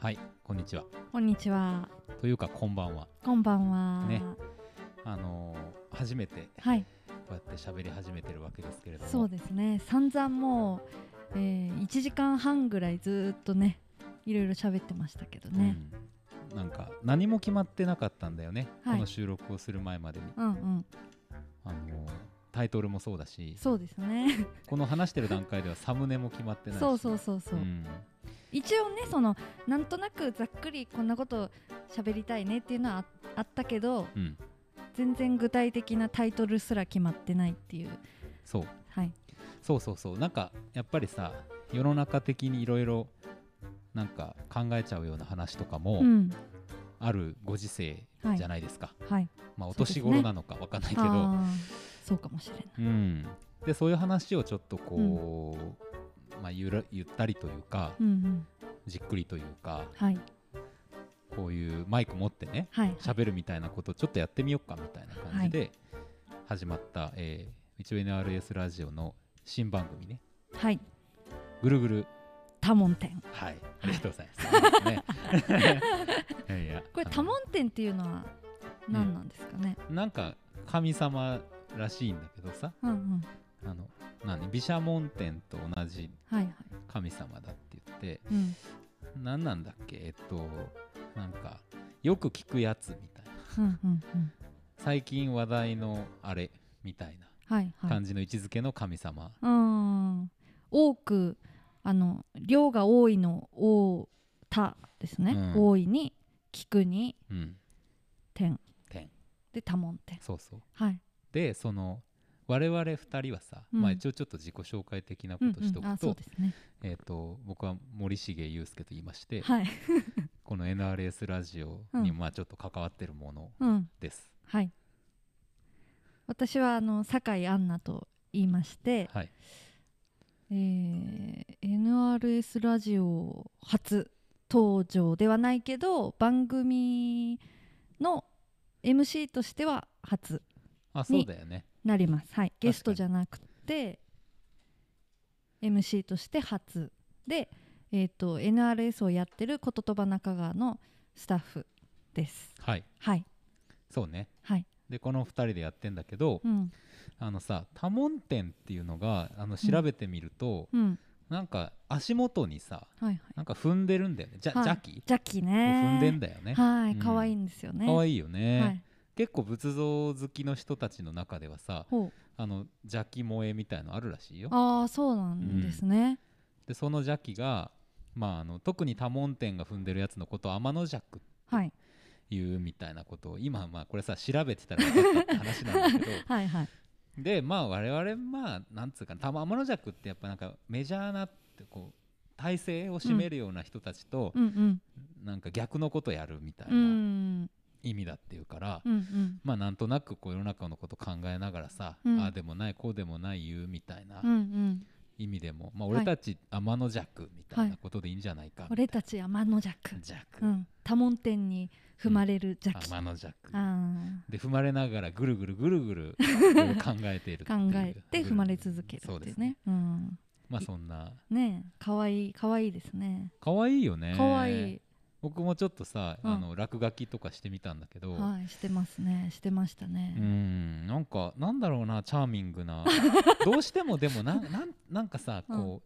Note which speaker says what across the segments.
Speaker 1: はい、こんにちは。
Speaker 2: こんにちは。
Speaker 1: というか、こんばんは。
Speaker 2: こんばんは。
Speaker 1: ねあのー初めて
Speaker 2: はい、
Speaker 1: こうやって喋り始めてるわけですけれども、
Speaker 2: そうですね。散々もう、えー、1時間半ぐらいずーっとね、いろいろ喋ってましたけどね。
Speaker 1: うんなんか何も決まってなかったんだよね、
Speaker 2: はい
Speaker 1: この収録をする前までに。
Speaker 2: うん、うん、
Speaker 1: あのータイトルもそうだし、
Speaker 2: そうですね。
Speaker 1: この話してる段階では サムネも決まってないし、
Speaker 2: そうそうそうそう。
Speaker 1: ん
Speaker 2: 一応ね、そのなんとなくざっくりこんなこと喋りたいねっていうのはああったけど、
Speaker 1: うん
Speaker 2: 全然具体的なタイトルすら決まってないっていう。
Speaker 1: そう
Speaker 2: はい。
Speaker 1: そうそうそうなんかやっぱりさ世の中的にいろいろなんか考えちゃうような話とかも
Speaker 2: うん、
Speaker 1: あるご時世じゃないですか、
Speaker 2: はい。
Speaker 1: まあお
Speaker 2: そうです
Speaker 1: 年
Speaker 2: ね
Speaker 1: 頃なのかわかんないけど
Speaker 2: あーそうかもしれない。
Speaker 1: うん、でそういう話をちょっとこう、まあ、ゆらゆったりというか、
Speaker 2: うん、うん、
Speaker 1: じっくりというか
Speaker 2: はい、
Speaker 1: こういうマイク持ってね
Speaker 2: はい。
Speaker 1: 喋るみたいなことをちょっとやってみようかみたいな感じで始まった、えー一応 NRS ラジオの新番組ね
Speaker 2: はい。
Speaker 1: ぐるぐる
Speaker 2: 多聞店。
Speaker 1: はいありがとうございます、ね、いやい や
Speaker 2: これ
Speaker 1: あの
Speaker 2: 多聞天っていうのは何なんですかね。
Speaker 1: なんか神様らしいんだけどさ
Speaker 2: うんうん。
Speaker 1: あの何毘沙門天と同じ
Speaker 2: はいはい。
Speaker 1: 神様だって言って
Speaker 2: うん
Speaker 1: 何なんだっけえっとなんかよく聞くやつみたいな
Speaker 2: うんうんうん。
Speaker 1: 最近話題のあれみたい
Speaker 2: はい
Speaker 1: な
Speaker 2: はい。
Speaker 1: 感じの位置づけの神様、
Speaker 2: うん。多くあの量が多いの多たですね。
Speaker 1: うん
Speaker 2: 多いに聞くに
Speaker 1: うん
Speaker 2: 天
Speaker 1: 天
Speaker 2: で多聞天。
Speaker 1: そうそう
Speaker 2: はい。
Speaker 1: でその我々2人はさ、
Speaker 2: うん
Speaker 1: まあ一応ちょっと自己紹介的なことしと
Speaker 2: うんう
Speaker 1: く
Speaker 2: ん。あ
Speaker 1: と,、
Speaker 2: そうですね。
Speaker 1: えっと僕は森重裕介と言いまして、
Speaker 2: はい。
Speaker 1: この NRS ラジオに
Speaker 2: うん
Speaker 1: まあちょっと関わってるもの
Speaker 2: うん
Speaker 1: です、
Speaker 2: はい。私はあの酒井アンナと言いまして、
Speaker 1: はい
Speaker 2: えー NRS ラジオ初登場ではないけど番組の MC としては初
Speaker 1: あそうだよね
Speaker 2: なります、はい、
Speaker 1: に
Speaker 2: ゲストじゃなくて MC として初で、えー、と NRS をやってることとば中川のスタッフです
Speaker 1: はい
Speaker 2: はい
Speaker 1: そうね
Speaker 2: はい、
Speaker 1: でこの2人でやってんだけど、
Speaker 2: うん
Speaker 1: あのさ多聞天っていうのがあの調べてみると、
Speaker 2: うん、
Speaker 1: なんか足元にさ
Speaker 2: はいはい
Speaker 1: なんか踏んでるんだよねじゃ、
Speaker 2: はい
Speaker 1: 邪気
Speaker 2: ジャッキー
Speaker 1: を
Speaker 2: ね
Speaker 1: 踏んでんだよね
Speaker 2: は
Speaker 1: う
Speaker 2: い
Speaker 1: ん
Speaker 2: 可愛いんですよね
Speaker 1: 可愛、いよね、
Speaker 2: はい
Speaker 1: 結構仏像好きの人たちの中ではさ
Speaker 2: ほう
Speaker 1: あの邪気萌えみたいのあるらしいよ
Speaker 2: ああそうなんですね、
Speaker 1: でその邪気がまあ、あの特に多聞天が踏んでるやつのことを天の邪気
Speaker 2: はい
Speaker 1: 言うみたいなことを今まあこれさ調べてたら分かったって話なんだけど
Speaker 2: はいはい。
Speaker 1: でまあ我々まあなんつうかな天天の邪気ってやっぱなんかメジャーなってこう体勢を占めるような人たちと、
Speaker 2: うん
Speaker 1: なんか逆のことやるみたい
Speaker 2: うん。う
Speaker 1: なん意味だっていうから、
Speaker 2: うんうん。
Speaker 1: まあなんとなくこう世の中のこと考えながらさ、
Speaker 2: うん
Speaker 1: ああでもないこうでもない言うみたいな
Speaker 2: うんうん。
Speaker 1: 意味でも、まあ
Speaker 2: はい
Speaker 1: 俺たち天の弱みたいなことでいいんじゃないか、
Speaker 2: 俺たち天の弱。
Speaker 1: 弱、
Speaker 2: うん。多聞天に踏まれる邪気。
Speaker 1: 天
Speaker 2: あ
Speaker 1: の弱
Speaker 2: あ。
Speaker 1: で踏まれながらぐるぐるぐるぐる 考えているって
Speaker 2: 考
Speaker 1: いう
Speaker 2: えて踏まれ続ける
Speaker 1: そう
Speaker 2: って
Speaker 1: で
Speaker 2: いう
Speaker 1: すね
Speaker 2: ね。うん。
Speaker 1: まあそんな
Speaker 2: ねえ、可愛い可愛いですね。
Speaker 1: 可愛いよね
Speaker 2: 可愛い。
Speaker 1: 僕もちょっとさ、
Speaker 2: うん
Speaker 1: あの落書きとかしてみたんだけど、
Speaker 2: はい、してますね。してました
Speaker 1: う
Speaker 2: ね。
Speaker 1: んなんかなんだろうなチャーミング などうしてもでもななんなんかさ
Speaker 2: うん
Speaker 1: こ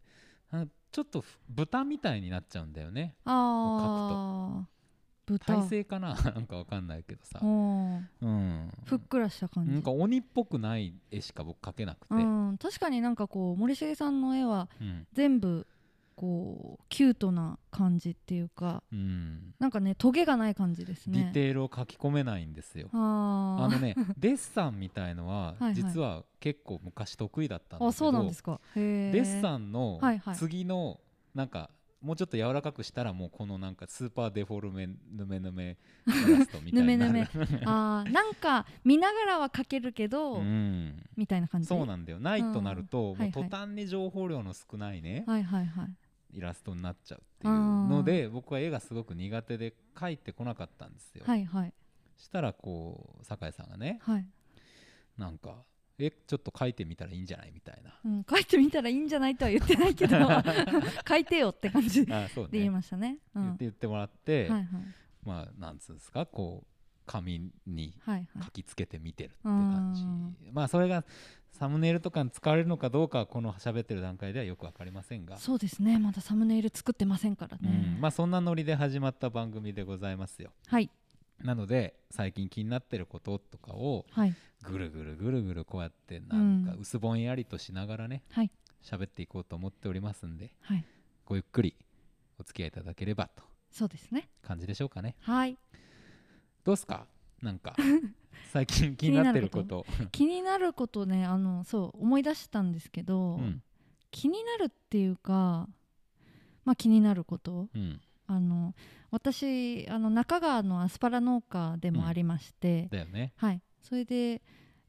Speaker 1: う、なんかちょっとふ豚みたいになっちゃうんだよね
Speaker 2: ああ。豚。
Speaker 1: 体勢かな なんかわかんないけどさ
Speaker 2: お、お。
Speaker 1: うん、
Speaker 2: ふっくらした感
Speaker 1: なん
Speaker 2: じ
Speaker 1: か。鬼っぽくない絵しか僕描けなくて、
Speaker 2: う
Speaker 1: うん
Speaker 2: ん、確かになんかこう森重さんの絵は全部こうキュートな感じっていうか
Speaker 1: うん
Speaker 2: なんかねトゲがない感じです
Speaker 1: デ
Speaker 2: ね
Speaker 1: ィテールを書き込めないんですよ。あ
Speaker 2: あ
Speaker 1: のねデッサンみたいのは
Speaker 2: はいはい
Speaker 1: 実は結構昔得意だったんだけ
Speaker 2: あ、
Speaker 1: ど
Speaker 2: あそうなんですかへ
Speaker 1: デッ
Speaker 2: ン
Speaker 1: サンの
Speaker 2: はいはい
Speaker 1: 次のなんかもうちょっと柔らかくしたらもうこのなんかスーパーデフォルメヌメヌメイラストみたいになる
Speaker 2: ヌメあーなんか見ながらは描けるけど、
Speaker 1: うん
Speaker 2: みたいな感じ
Speaker 1: そうなんだよないとなると
Speaker 2: うん
Speaker 1: も
Speaker 2: は
Speaker 1: う
Speaker 2: いは
Speaker 1: 途
Speaker 2: い
Speaker 1: 端に情報量の少ないね
Speaker 2: はいはいはい
Speaker 1: イラストになっちゃうっていうので僕は絵がすごく苦手で描いてこなかったんですよ
Speaker 2: はいはい
Speaker 1: したらこう酒井さんがね
Speaker 2: はい
Speaker 1: なんかえちょっと書いてみたらいいんじゃないみたいな
Speaker 2: うん、書いてみたらいいんじゃないとは言ってない けど書いてよって感じで
Speaker 1: あそうね
Speaker 2: 言いましたね。うん、
Speaker 1: 言って言ってもらって、
Speaker 2: はいはい
Speaker 1: まあなんつうんですかこう紙に
Speaker 2: はいはい
Speaker 1: 書きつけて見てるって感じ、
Speaker 2: う
Speaker 1: まあそれがサムネイルとかに使われるのかどうかはこの喋ってる段階ではよく分かりませんが、
Speaker 2: そうですねまだサムネイル作ってませんから
Speaker 1: う
Speaker 2: ね
Speaker 1: ん、まあそんなノリで始まった番組でございますよ
Speaker 2: はい
Speaker 1: なので最近気になってることとかを
Speaker 2: はい
Speaker 1: ぐるぐるぐるぐるこうやってなんか
Speaker 2: うん
Speaker 1: 薄ぼんやりとしながらね
Speaker 2: はい
Speaker 1: 喋っていこうと思っておりますんで
Speaker 2: はい
Speaker 1: ごゆっくりお付き合いいただければと
Speaker 2: そうですね
Speaker 1: 感じでしょうかね
Speaker 2: はい
Speaker 1: どうっすかなん か最近気になってること
Speaker 2: 気になることねあのそう思い出したんですけど、
Speaker 1: うん
Speaker 2: 気になるっていうかまあ気になること
Speaker 1: うん
Speaker 2: あの私あの中川のアスパラ農家でもありまして、
Speaker 1: だよね
Speaker 2: はい、それで、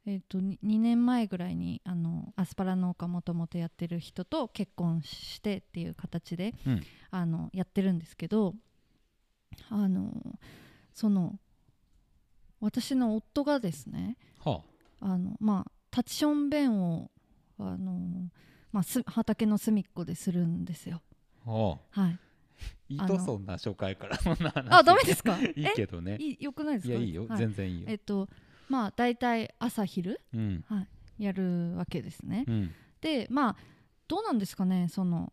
Speaker 2: えー、とに 2, 年前ぐらいにあのアスパラ農家もともとやってる人と結婚してっていう形で、
Speaker 1: うん
Speaker 2: あのやってるんですけどあのその私の夫がですね
Speaker 1: は
Speaker 2: あの、まあ、立ちションベンをあの、まあ、す畑の隅っこでするんですよ。
Speaker 1: あはあ
Speaker 2: はい、
Speaker 1: いい
Speaker 2: あ
Speaker 1: と
Speaker 2: の
Speaker 1: そんな初回からそんな話
Speaker 2: あダメですか
Speaker 1: いいけどね
Speaker 2: えいいよくないです
Speaker 1: い
Speaker 2: か
Speaker 1: やいいよ、
Speaker 2: は
Speaker 1: 全然いいよ
Speaker 2: えっ、とまあ大体朝昼、
Speaker 1: うん
Speaker 2: はい、やるわけですね。
Speaker 1: うん
Speaker 2: でまあどうなんですかねその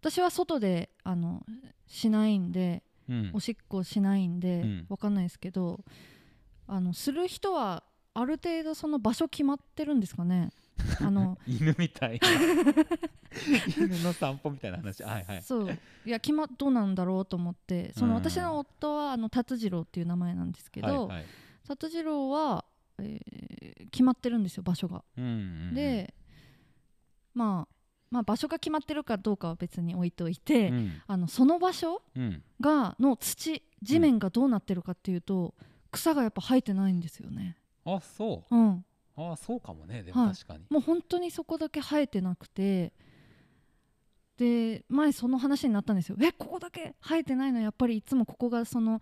Speaker 2: 私は外であのしないんで、
Speaker 1: うん
Speaker 2: おしっこしないんで、
Speaker 1: うん
Speaker 2: わかんないですけどあのする人はある程度その場所決まってるんですかね あの
Speaker 1: 犬みたい な犬の散歩みたいな話はいはい
Speaker 2: そういや決まどうなんだろうと思ってそ
Speaker 1: う
Speaker 2: の
Speaker 1: ん
Speaker 2: 私の夫はあの達次郎っていう名前なんですけど、
Speaker 1: はいはい
Speaker 2: 達次郎は、えー決まってるんですよ場所が。
Speaker 1: うんうんうん、
Speaker 2: で、まあ、まあ場所が決まってるかどうかは別に置いといて、
Speaker 1: うん
Speaker 2: あのその場所
Speaker 1: うん、
Speaker 2: がの土地面がどうなってるかっていうと、草がやっぱ生えてないんですよね。
Speaker 1: あそ
Speaker 2: うん、
Speaker 1: うあそうかもねでも
Speaker 2: はい
Speaker 1: 確かに、
Speaker 2: もう本当にそこだけ生えてなくてで前その話になったんですよ。えここだけ生えてないのやっぱりいつもここがその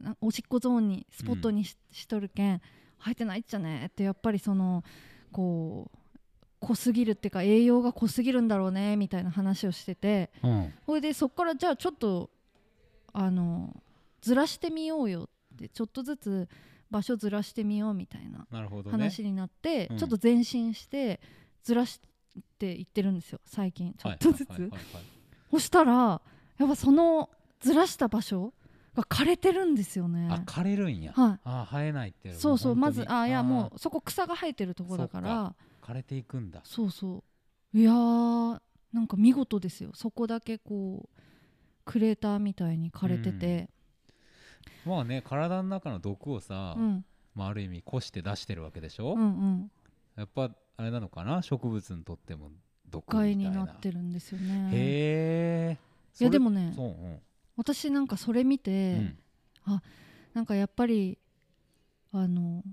Speaker 2: なおしっこゾーンにスポットにし,、とるけん生えてないっちゃねってやっぱりそのこう濃すぎるっていうか栄養が濃すぎるんだろうねみたいな話をしてて。
Speaker 1: うん
Speaker 2: ほいでそこからじゃあちょっとあのずらしてみようよってちょっとずつ場所ずらしてみようみたいな
Speaker 1: なるほどね
Speaker 2: 話になって、
Speaker 1: うん
Speaker 2: ちょっと前進してずらしていってるんですよ最近ちょっとずつ。
Speaker 1: はいはいはいはいはい
Speaker 2: そしたらやっぱそのずらした場所が枯れてるんですよね。
Speaker 1: あ枯れるんや、
Speaker 2: は
Speaker 1: あ生えないって
Speaker 2: い、
Speaker 1: も
Speaker 2: そうそう
Speaker 1: 本
Speaker 2: ま
Speaker 1: 当に
Speaker 2: ずあいやも
Speaker 1: ー
Speaker 2: うそこ草が生えてるとこだから
Speaker 1: 枯れていくんだ
Speaker 2: そうそういやーなんか見事ですよそこだけこうクレーターみたいに枯れてて、
Speaker 1: まあね体の中の毒をさ、
Speaker 2: うん、
Speaker 1: まあ、ある意味こして出してるわけでしょ、
Speaker 2: うんうん
Speaker 1: やっぱあれなのかな植物にとっても毒みたい
Speaker 2: 害
Speaker 1: な
Speaker 2: になってるんですよね
Speaker 1: へえ
Speaker 2: いやでもね
Speaker 1: そう、うん
Speaker 2: 私なんかそれ見
Speaker 1: う
Speaker 2: て、
Speaker 1: ん
Speaker 2: なんかやっぱりあの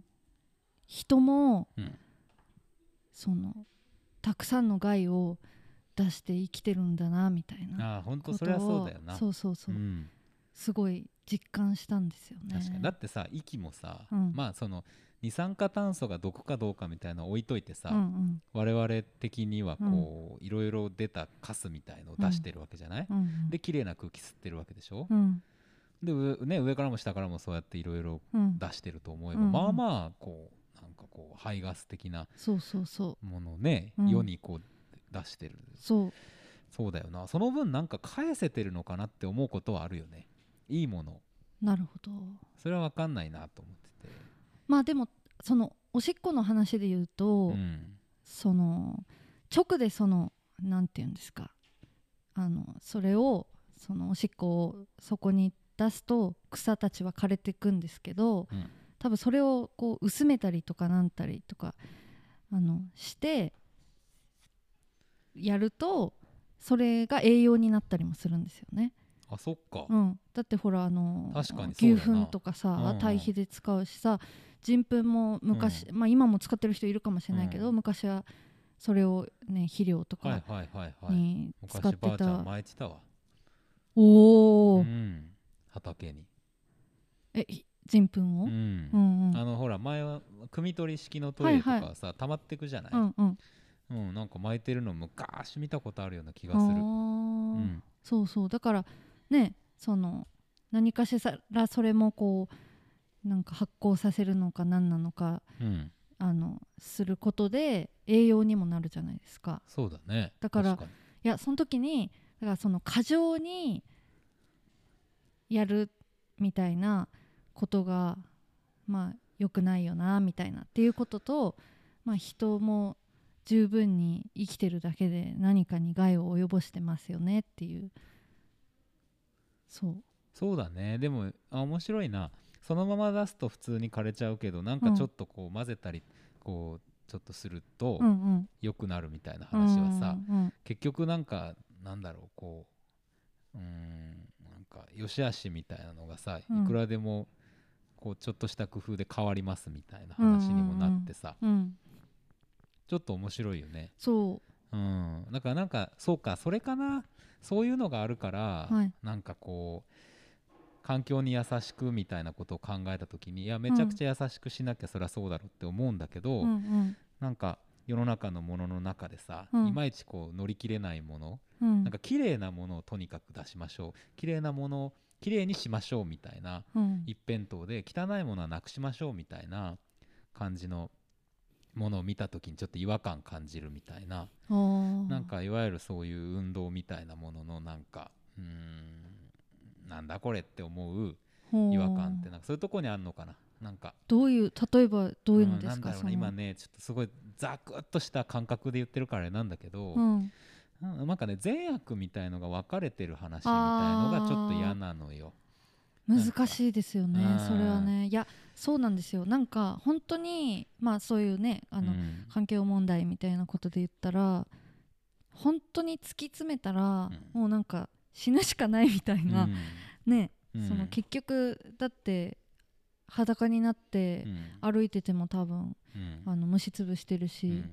Speaker 2: 人も
Speaker 1: うん
Speaker 2: そのたくさんの害を出して生きてるんだなみたいな
Speaker 1: ああ本当
Speaker 2: ことを
Speaker 1: それはそうだよな
Speaker 2: そうそうそう、
Speaker 1: ん、
Speaker 2: すごい実感したんですよね
Speaker 1: 確かにだってさ息もさ、
Speaker 2: うん
Speaker 1: まあその二酸化炭素が毒かどうかみたいなの置いといてさ、
Speaker 2: うんうん
Speaker 1: 我々的にはこういろいろ出たカスみたいのを出してるわけじゃない、
Speaker 2: うんうん
Speaker 1: で綺麗な空気吸ってるわけでしょ、
Speaker 2: うん
Speaker 1: で上,、ね、上からも下からもそうやっていろいろ
Speaker 2: うん
Speaker 1: 出してると思えば、
Speaker 2: うん
Speaker 1: まあまあこうなんかこう排ガス的な
Speaker 2: そうそうそう
Speaker 1: ものをね、
Speaker 2: うん
Speaker 1: 世にこう出してる
Speaker 2: そう
Speaker 1: そうだよなその分なんか返せてるのかなって思うことはあるよねいいもの
Speaker 2: なるほど
Speaker 1: それは分かんないなと思ってて
Speaker 2: まあでもそのおしっこの話で言うと、
Speaker 1: うん
Speaker 2: その直でそのなんて言うんですかあのそれをそのおしっこをそこに出すと草たちは枯れていくんですけど、
Speaker 1: うん
Speaker 2: 多分それをこう薄めたりとかなんたりとかあのしてやるとそれが栄養になったりもするんですよね。
Speaker 1: あそっか、
Speaker 2: うん、だってほらあの
Speaker 1: 確かにそうだ
Speaker 2: 牛
Speaker 1: な
Speaker 2: 糞と
Speaker 1: う
Speaker 2: か
Speaker 1: んう
Speaker 2: さ
Speaker 1: ん
Speaker 2: 堆肥で使うしさ人糞も昔、まあ今も使ってる人いるかもしれないけど、
Speaker 1: うん
Speaker 2: 昔はそれをね肥料と
Speaker 1: はい
Speaker 2: か
Speaker 1: はいはいはい
Speaker 2: に使っ
Speaker 1: 昔ばあ
Speaker 2: て
Speaker 1: ち
Speaker 2: た、
Speaker 1: ゃん巻いてたわ
Speaker 2: おお、
Speaker 1: うん畑に
Speaker 2: えひ人糞を、う
Speaker 1: うんん
Speaker 2: うん、
Speaker 1: あのほら前は汲み取り式のトイレと
Speaker 2: はいは
Speaker 1: かさ溜まってくじゃない、
Speaker 2: うんうん
Speaker 1: うん、なんか巻いてるの昔見たことあるような気
Speaker 2: あ
Speaker 1: がする。う
Speaker 2: ー
Speaker 1: ん、
Speaker 2: そうそうだからねその何かしらそれもこうなんか発酵させるのか何なのか
Speaker 1: うん、
Speaker 2: あのすることで栄養にもなるじゃないですか
Speaker 1: そうだね。
Speaker 2: だから
Speaker 1: 確に
Speaker 2: いやその時にだからその過剰にやるみたいなことがまあ良くないよなみたいなっていうことと、まあ、人も十分に生きてるだけで何かに害を及ぼしてますよねっていうそう
Speaker 1: そうだね。でもあ面白いな。そのまま出すと普通に枯れちゃうけど、なんかちょっとこう混ぜたり、こうちょっとすると
Speaker 2: うんうん
Speaker 1: 良くなるみたいな話はさ、
Speaker 2: うんうん
Speaker 1: 結局なんかなんだろうこう、うーん、なんか良し悪しみたいなのがさ、
Speaker 2: うん
Speaker 1: いくらでもこうちょっとした工夫で変わりますみたいな話にもなってさ、
Speaker 2: うんうん
Speaker 1: ちょっと面白いよね。
Speaker 2: そ
Speaker 1: うん、だからなんかそうかそれかなそういうのがあるから、
Speaker 2: はい
Speaker 1: なんかこう環境に優しくみたいなことを考えた時にいやめちゃくちゃ優しくしなきゃそりゃそうだろうって思うんだけ
Speaker 2: う、
Speaker 1: ど、
Speaker 2: うんうん
Speaker 1: なんか世の中のものの中でさ、
Speaker 2: うん
Speaker 1: いまいちこう乗り切れないもの、
Speaker 2: うん、
Speaker 1: なんか綺麗なものをとにかく出しましょう綺麗なものを綺麗にしましょうみたいな
Speaker 2: うん、
Speaker 1: 一辺倒で汚いものはなくしましょうみたいな感じのものを見た時にちょっと違和感感じるみたいな。
Speaker 2: あー
Speaker 1: なんかいわゆるそういう運動みたいなもののなんかうーんなんだこれって思う違和感って
Speaker 2: ほう
Speaker 1: なんかそういうとこにあるのかななんか
Speaker 2: どういう例えばどういうので
Speaker 1: んな
Speaker 2: す
Speaker 1: ん
Speaker 2: か、
Speaker 1: だろう
Speaker 2: その
Speaker 1: ね今ねちょっとすごいザクッとした感覚で言ってるからあれなんだけど、
Speaker 2: うん、
Speaker 1: うんなんかね善悪みたいのが分かれてる話みたいのがちょっと嫌なのよ。なんか
Speaker 2: 難しいですよね
Speaker 1: うん
Speaker 2: それはねいやそうなんですよなんか本当にまあそういうねあの、
Speaker 1: うん
Speaker 2: 環境問題みたいなことで言ったら本当に突き詰めたら、
Speaker 1: うん
Speaker 2: もうなんか死ぬしかないみたいな、ね、
Speaker 1: うん
Speaker 2: その結局だって裸になって
Speaker 1: うん
Speaker 2: 歩いてても多分
Speaker 1: うん
Speaker 2: あの虫つぶしてるし、
Speaker 1: うん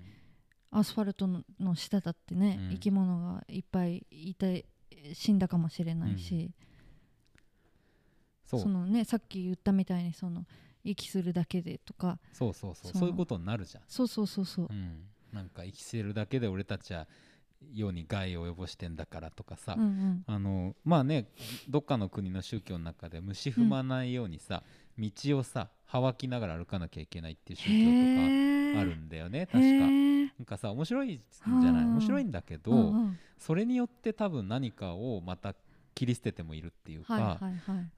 Speaker 2: アスファルトのの下だってね、
Speaker 1: うん
Speaker 2: 生き物がいっぱいいて死んだかもしれないし、
Speaker 1: そう
Speaker 2: そのねさっき言ったみたいにその息するだけでとか
Speaker 1: そうそうそう
Speaker 2: その
Speaker 1: そういうことになるじゃん。
Speaker 2: そうそうそうそう、
Speaker 1: うん、なんか生きてるだけで俺たちは世に害を及ぼしてんだからとかさ、
Speaker 2: うんうん
Speaker 1: あのまあねどっかの国の宗教の中で虫踏まないようにさ、道をさはわきながら歩かなきゃいけないっていう宗教とかあるんだよね確か。
Speaker 2: へ
Speaker 1: なんかさ面白いんじゃない
Speaker 2: はあ
Speaker 1: 面白いんだけど、
Speaker 2: どうんうん、
Speaker 1: それによって多分何かをまた切り捨ててもいるっていうか、
Speaker 2: はいはいはい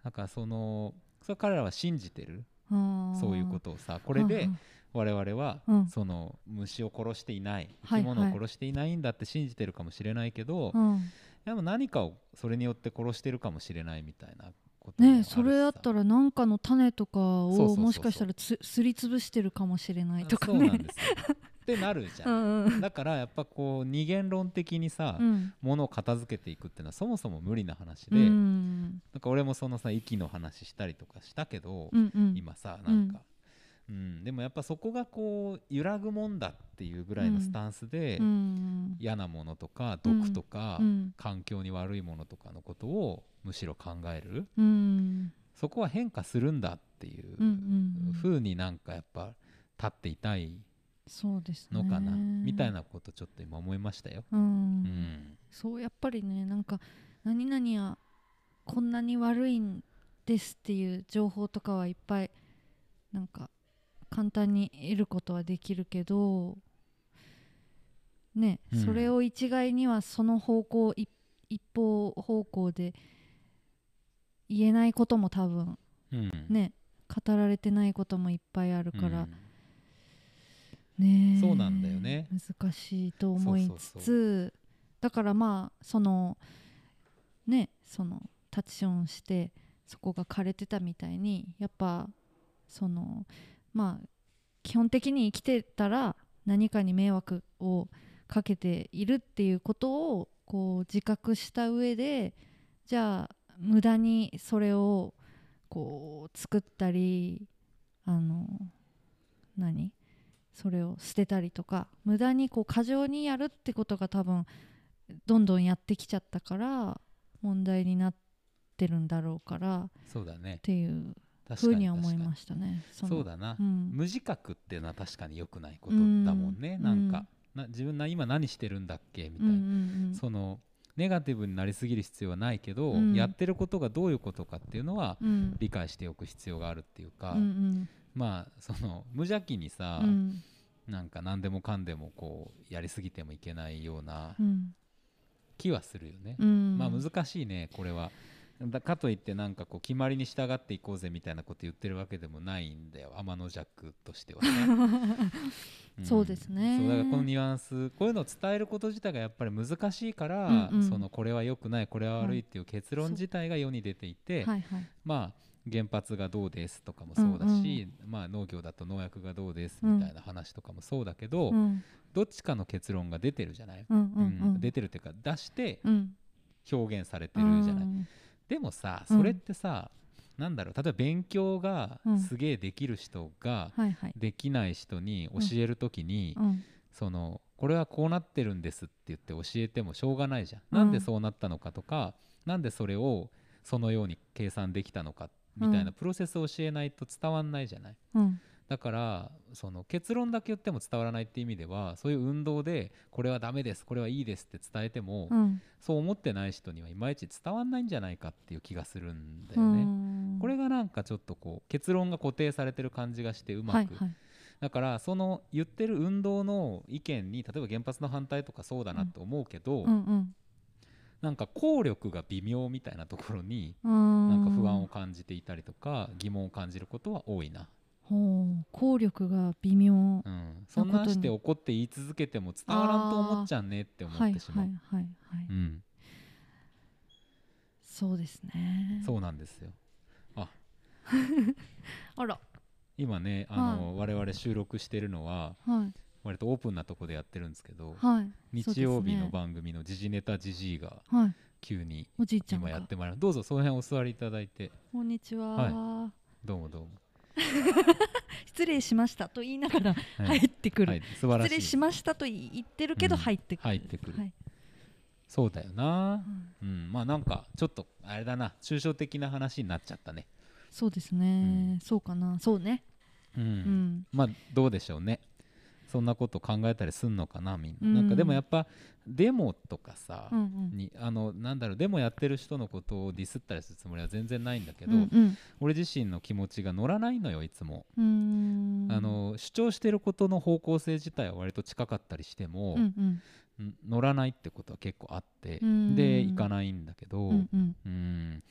Speaker 1: なんかそのそれ彼らは信じてる
Speaker 2: あー
Speaker 1: そういうことをさこれ
Speaker 2: う
Speaker 1: で
Speaker 2: ん
Speaker 1: 我々は、
Speaker 2: うん
Speaker 1: その虫を殺していない生
Speaker 2: はい
Speaker 1: き物
Speaker 2: は
Speaker 1: を
Speaker 2: い
Speaker 1: 殺していないんだって信じてるかもしれないけど、
Speaker 2: うんうん
Speaker 1: でも何かをそれによって殺してるかもしれないみたいなこともあ
Speaker 2: ね
Speaker 1: るしさ
Speaker 2: それだったらなんかの種とか
Speaker 1: そうそうそう
Speaker 2: を
Speaker 1: そう
Speaker 2: もしかしたらつすりつぶしてるかもしれないとか
Speaker 1: そうなん
Speaker 2: ね
Speaker 1: ですよってなるじゃ、
Speaker 2: うんんうん
Speaker 1: だからやっぱこう二元論的にさ、
Speaker 2: うん
Speaker 1: 物を片付けていくっていうのはそもそも無理な話
Speaker 2: う
Speaker 1: で、なん
Speaker 2: ん
Speaker 1: か俺もそのさ息の話したりとかしたけど、
Speaker 2: うんうん
Speaker 1: 今さなんか、うんでもやっぱそこがこう揺らぐもんだっていうぐらいのスタンスで、
Speaker 2: うん
Speaker 1: 嫌なものとか
Speaker 2: うん
Speaker 1: 毒とか、
Speaker 2: うん
Speaker 1: 環境に悪いものとかのことをむしろ考える
Speaker 2: うん
Speaker 1: そこは変化するんだっていう
Speaker 2: うんうんうん
Speaker 1: 風になんかやっぱ立っていたい
Speaker 2: そうですね
Speaker 1: のかなみたいなことちょっと今思いましたよ。
Speaker 2: うん、
Speaker 1: うん
Speaker 2: そうやっぱりねなんか何々はこんなに悪いんですっていう情報とかはいっぱいなんか簡単に得ることはできるけどね、
Speaker 1: うん
Speaker 2: それを一概にはその方向一一方方向で言えないことも多分
Speaker 1: うん
Speaker 2: ね語られてないこともいっぱいあるから、
Speaker 1: うん
Speaker 2: ねえ
Speaker 1: そうなんだよね
Speaker 2: 難しいと思いつつ
Speaker 1: そうそう
Speaker 2: だからまあそのねそのタッチションしてそこが枯れてたみたいにやっぱそのまあ基本的に生きてたら何かに迷惑をかけているっていうことをこう自覚した上でじゃあ無駄にそれをこう作ったりあの何それを捨てたりとか無駄にこう過剰にやるってことが多分どんどんやってきちゃったから問題になってるんだろうからっ
Speaker 1: そうだね
Speaker 2: ていう
Speaker 1: 確
Speaker 2: ふ
Speaker 1: か
Speaker 2: う
Speaker 1: に
Speaker 2: には思いま
Speaker 1: し
Speaker 2: したね。
Speaker 1: たそうだな、
Speaker 2: うん
Speaker 1: 無自覚っていうのは確かに良くないことだもんね、
Speaker 2: うん
Speaker 1: なんかな自分な今何してるんだっけみたいな、そのネガティブになりすぎる必要はないけど、
Speaker 2: うん
Speaker 1: やってることがどういうことかっていうのは
Speaker 2: うん
Speaker 1: 理解しておく必要があるっていうか、
Speaker 2: うんうん
Speaker 1: まあその無邪気に
Speaker 2: う
Speaker 1: さ、
Speaker 2: ん
Speaker 1: なんか何でもかんでもこうやりすぎてもいけないような
Speaker 2: うん
Speaker 1: 気はするよね
Speaker 2: う、ん
Speaker 1: まあ難しいねこれはだかといってなんかこう決まりに従っていこうぜみたいなこと言ってるわけでもないんだよ天の弱として はね、ん
Speaker 2: そうですね
Speaker 1: そうだからこのニュアンスこういうのを伝えること自体がやっぱり難しいから、
Speaker 2: うんうん
Speaker 1: そのこれは良くないこれは悪いっていう結論自体が世に出ていて、
Speaker 2: はいはい
Speaker 1: まあ原発がどうですとかもそうだし、まあ、農業だと農薬がどうですみたいな話とかもそうだけど、
Speaker 2: うん
Speaker 1: どっちかの結論が出てるじゃない、
Speaker 2: うんうん
Speaker 1: う
Speaker 2: うんん
Speaker 1: 出てるっていうか出して
Speaker 2: うん
Speaker 1: 表現されてるじゃない、
Speaker 2: うん
Speaker 1: でもさ
Speaker 2: うん
Speaker 1: それってさ、なんだろう例えば勉強が
Speaker 2: うん
Speaker 1: すげえできる人が
Speaker 2: はいはい
Speaker 1: できない人に教える時に、
Speaker 2: うん
Speaker 1: そのこれはこうなってるんですって言って教えてもしょうがないじゃん、なんでそうなったのかとかなんでそれをそのように計算できたのかみたいな
Speaker 2: うん
Speaker 1: プロセスを教えないと伝わんないじゃない。
Speaker 2: うん
Speaker 1: だからその結論だけ言っても伝わらないって意味ではそういう運動でこれはダメですこれはいいですって伝えても、
Speaker 2: うん
Speaker 1: そう思ってない人にはいまいち伝わんないんじゃないかっていう気がするんだ
Speaker 2: う
Speaker 1: よね。
Speaker 2: ん
Speaker 1: これがなんかちょっとこう結論が固定されてる感じがしてうまく、
Speaker 2: はいはい
Speaker 1: だからその言ってる運動の意見に例えば原発の反対とかそうだなと思うけど、
Speaker 2: うんうん
Speaker 1: なんか効力が微妙みたいなところに
Speaker 2: な
Speaker 1: なんか不安を感じていたりとか疑問を感じることは多いな、
Speaker 2: ほう効力が微妙
Speaker 1: うん、そんなんして怒って言い続けても伝わらんと思っちゃうねって思
Speaker 2: は
Speaker 1: っ
Speaker 2: い
Speaker 1: てしま
Speaker 2: は
Speaker 1: う、
Speaker 2: いはいはい
Speaker 1: うん、
Speaker 2: そうですね
Speaker 1: そうなんですよ
Speaker 2: あら
Speaker 1: 今ねあの、我々収録してるのは
Speaker 2: はい
Speaker 1: 割とオープンなとこでやってるんですけど、
Speaker 2: はい
Speaker 1: 日曜日の
Speaker 2: 晩
Speaker 1: 番組の時事ネタじじいが
Speaker 2: はい
Speaker 1: 急に
Speaker 2: おじいちゃん
Speaker 1: 今や
Speaker 2: が
Speaker 1: ってもらうどうぞその辺お座りいただいて
Speaker 2: こんにちは、
Speaker 1: どうもどうも、
Speaker 2: 失礼しましたと言いながら
Speaker 1: は
Speaker 2: 入
Speaker 1: い
Speaker 2: ってくる、
Speaker 1: はい素晴らしい
Speaker 2: 失礼しましたと言ってるけど
Speaker 1: うん
Speaker 2: 入ってくる、
Speaker 1: 入ってくる
Speaker 2: はい
Speaker 1: そうだよな
Speaker 2: うん
Speaker 1: うんまあなんかちょっとあれだな抽象的な話になっちゃったね
Speaker 2: そうですね、そうかなそうね
Speaker 1: うん、
Speaker 2: うん、
Speaker 1: まあどうでしょうねそんなこと考えたりすんのかなみんな、
Speaker 2: うん
Speaker 1: なんかでもやっぱデモとかさ、
Speaker 2: うんうん
Speaker 1: にあのなんだろうデモやってる人のことをディスったりするつもりは全然ないんだけど、
Speaker 2: うんうん
Speaker 1: 俺自身の気持ちが乗らないのよいつも、
Speaker 2: うん
Speaker 1: あの主張してることの方向性自体は割と近かったりしても、
Speaker 2: うんうん
Speaker 1: ん乗らないってことは結構あって、
Speaker 2: うん
Speaker 1: で行かないんだけど、
Speaker 2: うんうん
Speaker 1: うん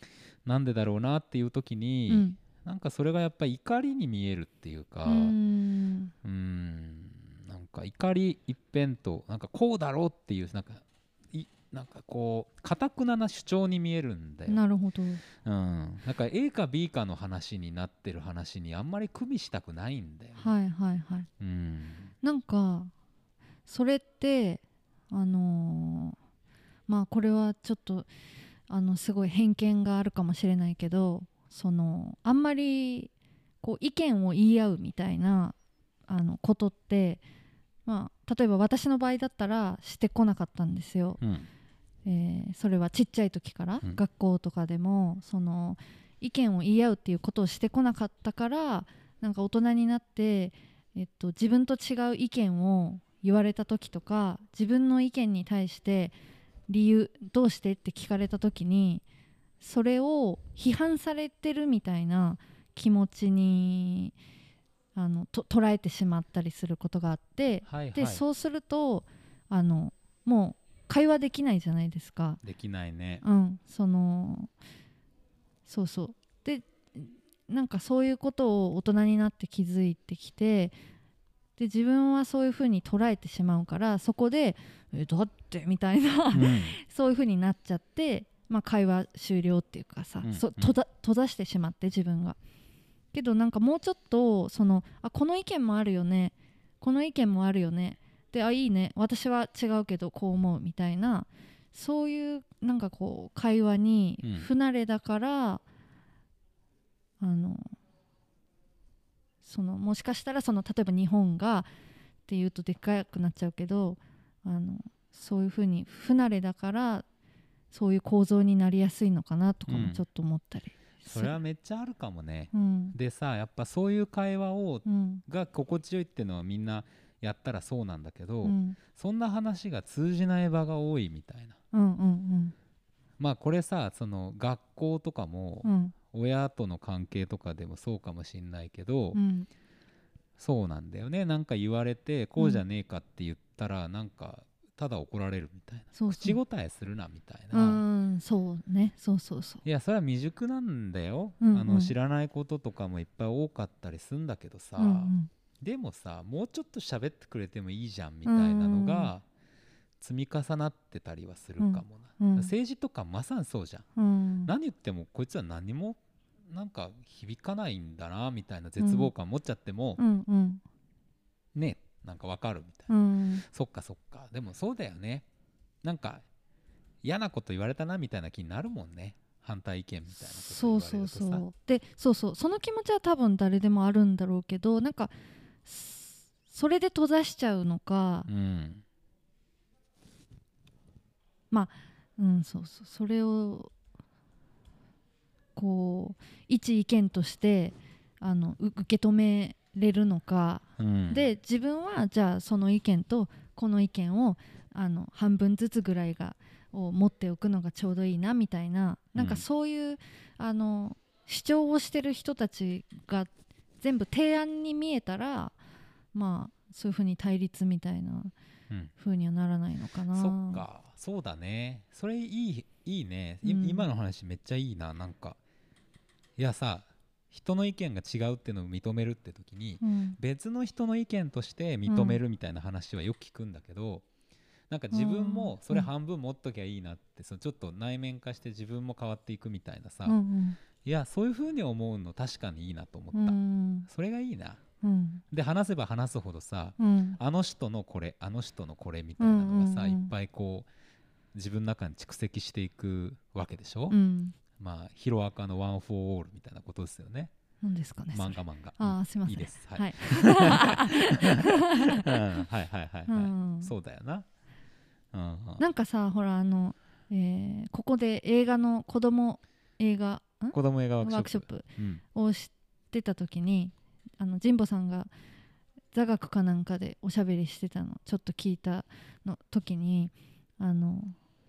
Speaker 1: なんでだろうなっていう時に、
Speaker 2: うん
Speaker 1: なんかそれがやっぱり怒りに見えるっていうか、
Speaker 2: うん
Speaker 1: うーんなんか怒り一辺となんかこうだろうっていうなんかいなんかこうかたくなな主張に見えるんだよ。
Speaker 2: なるほど
Speaker 1: うん、なんか A か B かの話になってる話にあんまり組みしたくないんだよね。
Speaker 2: はいはいはい
Speaker 1: うん
Speaker 2: なんかそれってあのーまあこれはちょっとあのすごい偏見があるかもしれないけどそのあんまりこう意見を言い合うみたいなあのことって、まあ、例えば私の場合だったらしてこなかったんですよ。
Speaker 1: うん
Speaker 2: えーそれはちっちゃい時から、
Speaker 1: うん
Speaker 2: 学校とかでもその意見を言い合うっていうことをしてこなかったからなんか大人になって、えっと、自分と違う意見を言われた時とか自分の意見に対して理由どうしてって聞かれた時にそれを批判されてるみたいな気持ちにあのと捉えてしまったりすることがあって
Speaker 1: はい
Speaker 2: で、
Speaker 1: はい
Speaker 2: そうするとあのもう会話できないじゃないですか。
Speaker 1: できないね。
Speaker 2: うん、そのそうそうでなんかそういうことを大人になって気づいてきてで自分はそういうふうに捉えてしまうからそこで「えだって」みたいな、
Speaker 1: うん
Speaker 2: そういうふうになっちゃって、まあ、会話終了っていうかさ、
Speaker 1: うん
Speaker 2: そ
Speaker 1: うん
Speaker 2: 閉ざ閉ざしてしまって自分が。けどなんかもうちょっとそのあこの意見もあるよねこの意見もあるよねであいいね私は違うけどこう思うみたいなそういうなんかこう会話に
Speaker 1: うん
Speaker 2: 不慣れだから、あのそのもしかしたらその例えば日本がっていうとでっかくなっちゃうけどあのそういうふうに不慣れだからそういう構造になりやすいのかなとか
Speaker 1: うん
Speaker 2: もちょっと思ったりす
Speaker 1: それはめっちゃあるかもね。
Speaker 2: うん
Speaker 1: でさやっぱそういう会話を
Speaker 2: うん
Speaker 1: が心地よいってのはみんなやったらそうなんだけど、
Speaker 2: うん
Speaker 1: そんな話が通じない場が多いみたいな。
Speaker 2: うんうん
Speaker 1: まあこれさその学校とかも
Speaker 2: うんうん
Speaker 1: 親との関係とかでもそうかもしんないけど、
Speaker 2: うん
Speaker 1: そうなんだよねなんか言われてこうじゃねえかって言ったら、なんかただ怒られるみたいな
Speaker 2: そう
Speaker 1: 口
Speaker 2: そう
Speaker 1: 答えするなみたいうな、
Speaker 2: んそうねそうそうそう
Speaker 1: いやそれは未熟なんだよ、
Speaker 2: うんうん
Speaker 1: あの知らないこととかもいっぱい多かったりすんだけどさ、
Speaker 2: うんうん
Speaker 1: でもさもうちょっと喋ってくれてもいいじゃんみたいなのが積み重なってたりはするかもな、
Speaker 2: うんうん
Speaker 1: 政治とかまさにそうじゃん
Speaker 2: うん
Speaker 1: 何言ってもこいつは何もなんか響かないんだなみたいな絶望感持っちゃっても、
Speaker 2: うんうん
Speaker 1: ねなんかわかるみたいな、
Speaker 2: うん
Speaker 1: そっかそっかでもそうだよねなんか嫌なこと言われたなみたいな気になるもんね反対意見みたいなこと言
Speaker 2: そ
Speaker 1: わ
Speaker 2: う
Speaker 1: れるとさ
Speaker 2: そうそうでそうそうその気持ちは多分誰でもあるんだろうけどなんかそそれで閉ざしちゃうのか、
Speaker 1: うん
Speaker 2: うん、そうそうそれをこう一意見としてあのう受け止めれるのか、
Speaker 1: うん、
Speaker 2: で自分はじゃあその意見とこの意見をあの半分ずつぐらいがを持っておくのがちょうどいいなみたいななん
Speaker 1: う
Speaker 2: か
Speaker 1: ん
Speaker 2: そういう、あの主張をしてる人たちが全部提案に見えたらまあそういうふうに対立みたいな
Speaker 1: うん
Speaker 2: ふうにはならないのかな。
Speaker 1: そっかそうだねそれいいいいね、い
Speaker 2: うん
Speaker 1: 今の話めっちゃいいななんかいやさ人の意見が違うってのを認めるって時に、
Speaker 2: うん
Speaker 1: 別の人の意見として認めるみたいな話はよく聞くんだけど、なんか自分も
Speaker 2: うん
Speaker 1: それ半分持っときゃいいなって、そのちょっと内面化して自分も変わっていくみたいなさ、
Speaker 2: うんうん
Speaker 1: いやそういう風に思うの確かにいいなと思った、
Speaker 2: うん
Speaker 1: それがいいな
Speaker 2: うん
Speaker 1: で話せば話すほどさ
Speaker 2: うん
Speaker 1: あの人のこれあの人のこれみたいなのがさ、
Speaker 2: うんうんうん
Speaker 1: いっぱいこう自分の中に蓄積していくわけでしょ、
Speaker 2: うん
Speaker 1: まあヒロアカの「ワン・フォー・オール」みたいなことですよね
Speaker 2: 何ですかねそれ
Speaker 1: 漫画漫画
Speaker 2: あーすいません
Speaker 1: いいですはい、
Speaker 2: はい
Speaker 1: うん はいはいはいはい、
Speaker 2: うん
Speaker 1: そうだよな。うんうん
Speaker 2: なんかさほらあの、えーここで映画の子供映画ん
Speaker 1: 子供映画ワークシ
Speaker 2: ワ
Speaker 1: ョップ
Speaker 2: ークショップ
Speaker 1: うん
Speaker 2: をしてた時にあの神保さんが座学かなんかでおしゃべりしてたのちょっと聞いたの時にあの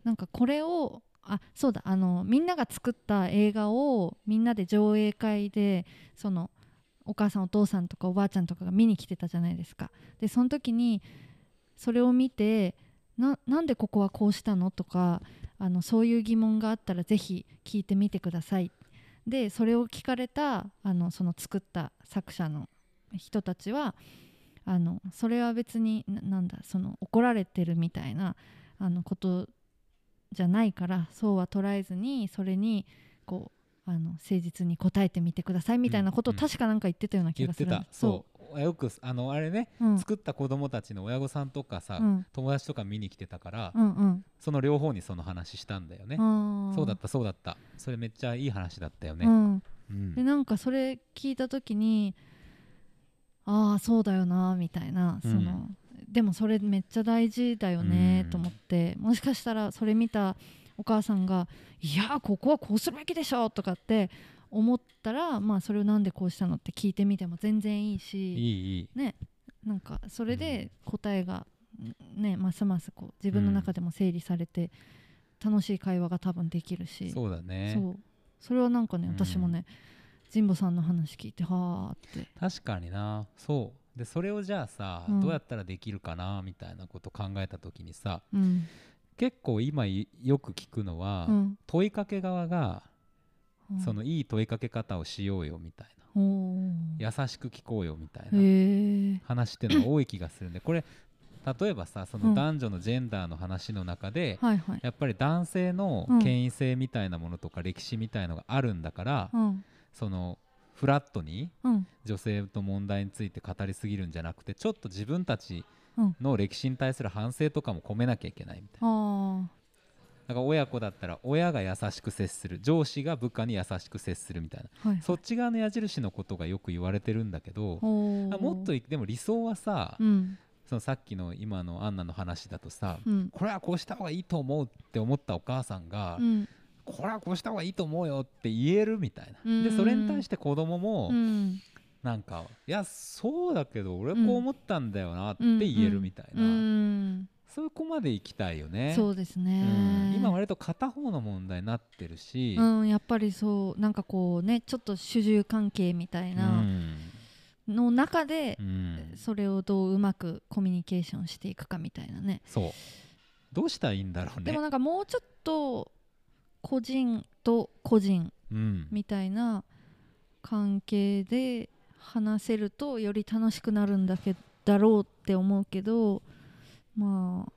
Speaker 2: なんかこれをあそうだあのみんなが作った映画をみんなで上映会でそのお母さんお父さんとかおばあちゃんとかが見に来てたじゃないですかでその時にそれを見てななんでここはこうしたのとかあのそういう疑問があったらぜひ聞いてみてくださいでそれを聞かれたあのその作った作者の人たちはあのそれは別にななんだその怒られてるみたいなあのことじゃないからそうは捉えずにそれにこうあの誠実に答えてみてくださいみたいなことを
Speaker 1: うん
Speaker 2: 確かなんか言ってたような気
Speaker 1: 言
Speaker 2: が
Speaker 1: っ
Speaker 2: す
Speaker 1: て
Speaker 2: るんだ
Speaker 1: たそうよくあのあれね、
Speaker 2: うん
Speaker 1: 作った子供たちの親御さんとかさ、
Speaker 2: うん
Speaker 1: 友達とか見に来てたから、
Speaker 2: うんうん
Speaker 1: その両方にその話したんだよね、
Speaker 2: あー
Speaker 1: そうだったそうだったそれめっちゃいい話だったよね、
Speaker 2: うん、
Speaker 1: うん
Speaker 2: でなんかそれ聞いた時にああそうだよなみたいな、
Speaker 1: うん
Speaker 2: そのでもそれめっちゃ大事だよね
Speaker 1: うん
Speaker 2: と思って、もしかしたらそれ見たお母さんが「いやーここはこうするべきでしょ」とかって思ったら、まあ、それをなんでこうしたのって聞いてみても全然いい
Speaker 1: い
Speaker 2: し
Speaker 1: いいい
Speaker 2: ねなんかそれで答えが、ねますますこう自分の中でも整理されて、楽しい会話が多分できるし。
Speaker 1: そうだね
Speaker 2: そうそれはなんかね
Speaker 1: うん
Speaker 2: 私もね、神保さんの話聞いてはあって
Speaker 1: 確かになそうでそれをじゃあさ、
Speaker 2: うん
Speaker 1: どうやったらできるかなみたいなこと考えた時にさ
Speaker 2: うん
Speaker 1: 結構今いよく聞くのは、
Speaker 2: うん
Speaker 1: 問いかけ側が
Speaker 2: うん
Speaker 1: そのいい問いかけ方をしようよみたいな
Speaker 2: おー
Speaker 1: 優しく聞こうよみたい
Speaker 2: へ
Speaker 1: な
Speaker 2: え
Speaker 1: 話っていうのは多い気がするんでこれ例えばさそうの
Speaker 2: ん
Speaker 1: 男女のジェンダーの話の中で
Speaker 2: はいはい
Speaker 1: やっぱり男性の
Speaker 2: うん
Speaker 1: 権威性みたいなものとか歴史みたいのがあるんだから
Speaker 2: うん
Speaker 1: そのフラットに
Speaker 2: うん
Speaker 1: 女性と問題について語りすぎるんじゃなくてちょっと自分たち
Speaker 2: うん
Speaker 1: の歴史に対する反省とかも込めなきゃいけないみたいな
Speaker 2: あ
Speaker 1: だから親子だったら親が優しく接する上司が部下に優しく接するみたいな
Speaker 2: あはい
Speaker 1: そっち側の矢印のことがよく言われてるんだけど
Speaker 2: おー
Speaker 1: あもっといでも理想はさ、
Speaker 2: うん
Speaker 1: そのさっきの今のアンナの話だとさ、
Speaker 2: うん
Speaker 1: これはこうした方がいいと思うって思ったお母さんが、
Speaker 2: うん
Speaker 1: これはこうした方がいいと思うよって言えるみたいな、
Speaker 2: うん
Speaker 1: でそれに対して子供も
Speaker 2: うん
Speaker 1: なんか、いやそうだけど俺はこう思ったんだよなって言えるみたいな、
Speaker 2: うん
Speaker 1: そういう子まで行きたいよね。
Speaker 2: そうです
Speaker 1: う
Speaker 2: ね、
Speaker 1: ん今割と片方の問題になってるし、
Speaker 2: うん、やっぱりそうなんかこうねちょっと主従関係みたいなの中で
Speaker 1: うん、うん
Speaker 2: それをどううまくコミュニケーションしていくかみたいなね
Speaker 1: そうどうしたらいいんだろう
Speaker 2: で
Speaker 1: ね
Speaker 2: も。なんかもうちょっと個人と個人
Speaker 1: うん、
Speaker 2: みたいな関係で話せるとより楽しくなるんだけだろうって思うけどまあ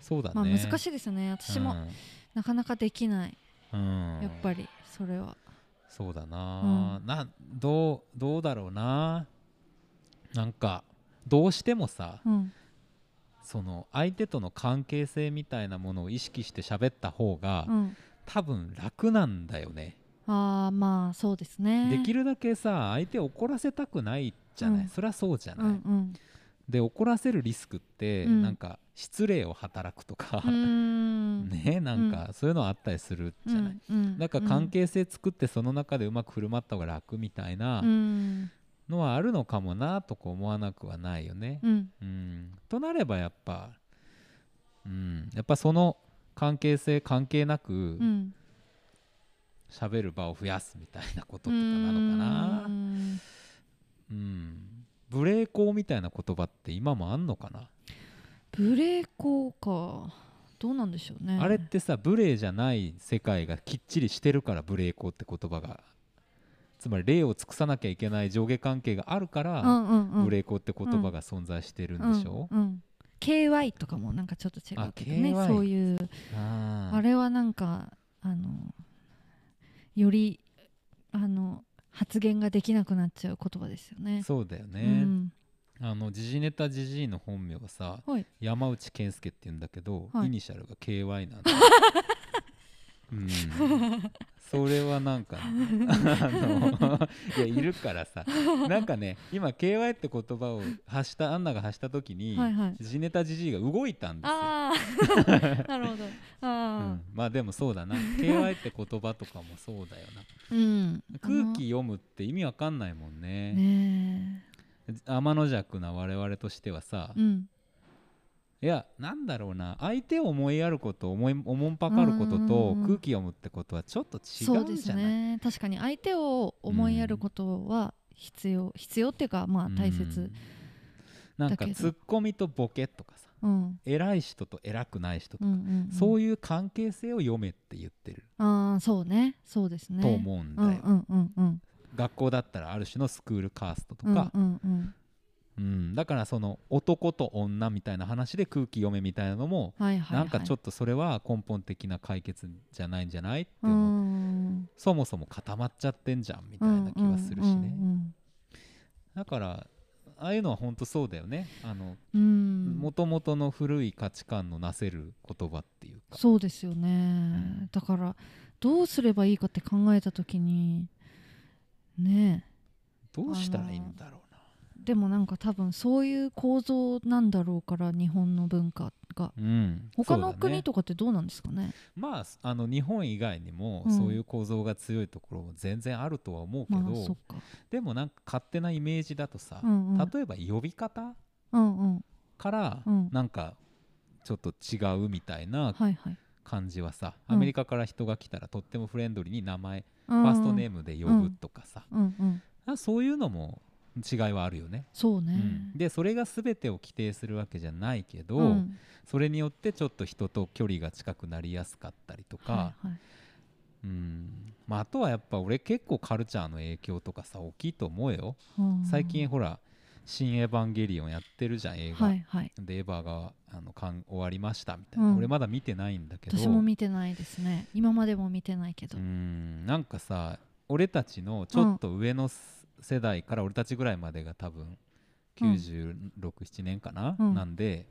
Speaker 1: そうだね。
Speaker 2: まあ難しいですよね私もなかなかできない、
Speaker 1: うん、うん
Speaker 2: やっぱりそれは。
Speaker 1: そうだな、などうどうだろうななんかどうしてもさ、
Speaker 2: うん
Speaker 1: その相手との関係性みたいなものを意識して喋った方が、
Speaker 2: うん、
Speaker 1: 多分楽なんだよね、
Speaker 2: ああまあそうですね。
Speaker 1: できるだけさ相手を怒らせたくないじゃない、
Speaker 2: うん
Speaker 1: そりゃそうじゃない、
Speaker 2: うんうん
Speaker 1: で怒らせるリスクって、
Speaker 2: うん
Speaker 1: なんか失礼を働くとか、
Speaker 2: うん
Speaker 1: ねなんかそういうのあったりするじゃない、
Speaker 2: うん
Speaker 1: なんか関係性作ってその中でうまく振る舞った方が楽みたいな、
Speaker 2: うん
Speaker 1: のはあるのかもなとか思わなくはないよね。
Speaker 2: うん
Speaker 1: うん、となればやっぱ、うん、やっぱその関係性関係なく
Speaker 2: うん
Speaker 1: 喋る場を増やすみたいなこととかなのか
Speaker 2: う
Speaker 1: な。
Speaker 2: ん
Speaker 1: うん、無礼講みたいな言葉って今もあんのかな、
Speaker 2: 無礼講かどうなんでしょうね
Speaker 1: あれってさ無礼じゃない世界がきっちりしてるから無礼講って言葉がつまり礼を尽くさなきゃいけない上下関係があるから、
Speaker 2: うんうんうん
Speaker 1: 無礼講って言葉が存在してるんでしょ、
Speaker 2: うんうん KY とかもなんかちょっと違うけどね
Speaker 1: あ KY
Speaker 2: そういう
Speaker 1: あー
Speaker 2: あれはなんかあのよりあの発言ができなくなっちゃう言葉ですよね
Speaker 1: そうだよね、
Speaker 2: うん
Speaker 1: あの時事ネタじじいの本名はさ
Speaker 2: はい
Speaker 1: 山内健介って言うんだけど、
Speaker 2: はい
Speaker 1: イニシャルが KY なんだ うんそれはなんか、 ね、あのいやいるからさなんかね今 KY って言葉を発したアンナが発した時に、
Speaker 2: はいはい
Speaker 1: 時事ネタじじいが動いたんですよ、
Speaker 2: ああなるほど
Speaker 1: う
Speaker 2: あ
Speaker 1: ん、まあでもそうだな KY って言葉とかもそうだよな
Speaker 2: あうん
Speaker 1: 空気読むって意味わかんないもん
Speaker 2: あ
Speaker 1: ね
Speaker 2: のね
Speaker 1: 天の弱な我々としてはさ、
Speaker 2: えうん
Speaker 1: いやなんだろうな相手を思いやること思いおもんぱかることと
Speaker 2: うんうんうん
Speaker 1: 空気読むってことはちょっと違
Speaker 2: そう
Speaker 1: う
Speaker 2: で
Speaker 1: んじ
Speaker 2: す
Speaker 1: ゃない
Speaker 2: ね確かに相手を思いやることは必要、必要っていうかまあ
Speaker 1: う
Speaker 2: 大
Speaker 1: ん
Speaker 2: 切
Speaker 1: なんか
Speaker 2: だけど
Speaker 1: ツッコミとボケとかさ
Speaker 2: うん、うん
Speaker 1: 偉い人と偉くない人と
Speaker 2: う
Speaker 1: か、
Speaker 2: んうん
Speaker 1: そう
Speaker 2: いう
Speaker 1: いう関係性を読めって言ってる
Speaker 2: あーそうねそうですね
Speaker 1: と思うんだよ、
Speaker 2: うんうんうんうん
Speaker 1: 学校だったらある種のスクールカーストと
Speaker 2: うん
Speaker 1: か、
Speaker 2: うんうん
Speaker 1: うんだからその男と女みたいな話で空気読めみたいなのも、
Speaker 2: はいはい、はい、
Speaker 1: なんかちょっとそれは根本的な解決じゃないんじゃないって
Speaker 2: う
Speaker 1: 思う、
Speaker 2: ん
Speaker 1: そもそも固まっちゃってんじゃんみたいな気はするしね、
Speaker 2: うん
Speaker 1: だからああいうのは本当そうだよねあの
Speaker 2: うんうん、うん
Speaker 1: もともとの古い価値観のなせる言葉っていうか
Speaker 2: そうですよね、
Speaker 1: ん
Speaker 2: だからどうすればいいかって考えた時にねえ
Speaker 1: どうしたらいいんだろうな
Speaker 2: でもなんか多分そういう構造なんだろうから日本の文化が
Speaker 1: うんそ
Speaker 2: 他
Speaker 1: う
Speaker 2: の
Speaker 1: だね
Speaker 2: 国とかってどうなんですかね
Speaker 1: まああの日本以外にも
Speaker 2: うん
Speaker 1: そういう構造が強いところも全然あるとは思うけど、
Speaker 2: まあそっか
Speaker 1: でもなんか勝手なイメージだとさ、
Speaker 2: うんうん
Speaker 1: 例えば呼び方
Speaker 2: うんうん
Speaker 1: から
Speaker 2: うん
Speaker 1: なんかちょっと違うみたいな
Speaker 2: はいはい
Speaker 1: 感じはさ、
Speaker 2: うん
Speaker 1: アメリカから人が来たらとってもフレンドリーに名前、
Speaker 2: フ
Speaker 1: ファーストネー
Speaker 2: ム
Speaker 1: ムで呼ぶとかさ、
Speaker 2: うんうん
Speaker 1: あそういうのも違いはあるよね。
Speaker 2: そう
Speaker 1: う
Speaker 2: ね
Speaker 1: んでそれが全てを規定するわけじゃないけど、
Speaker 2: うん
Speaker 1: それによってちょっと人と距離が近くなりやすかったりとか、
Speaker 2: はいはい
Speaker 1: うんまあ、あとはやっぱ俺結構カルチャーの影響とかさ大きいと思うよ、最近ほら「新エヴァンゲリオン」やってるじゃん映画、
Speaker 2: はいはい
Speaker 1: でエヴァがあのかん終わりましたみたいな、
Speaker 2: うん
Speaker 1: 俺まだ見てないんだけど
Speaker 2: 私も見てないですね今までも見てないけど
Speaker 1: うんなんかさ俺たちのちょっと上のす世代から俺たちぐらいまでが多分
Speaker 2: うん
Speaker 1: 967年かな、
Speaker 2: うん
Speaker 1: なんで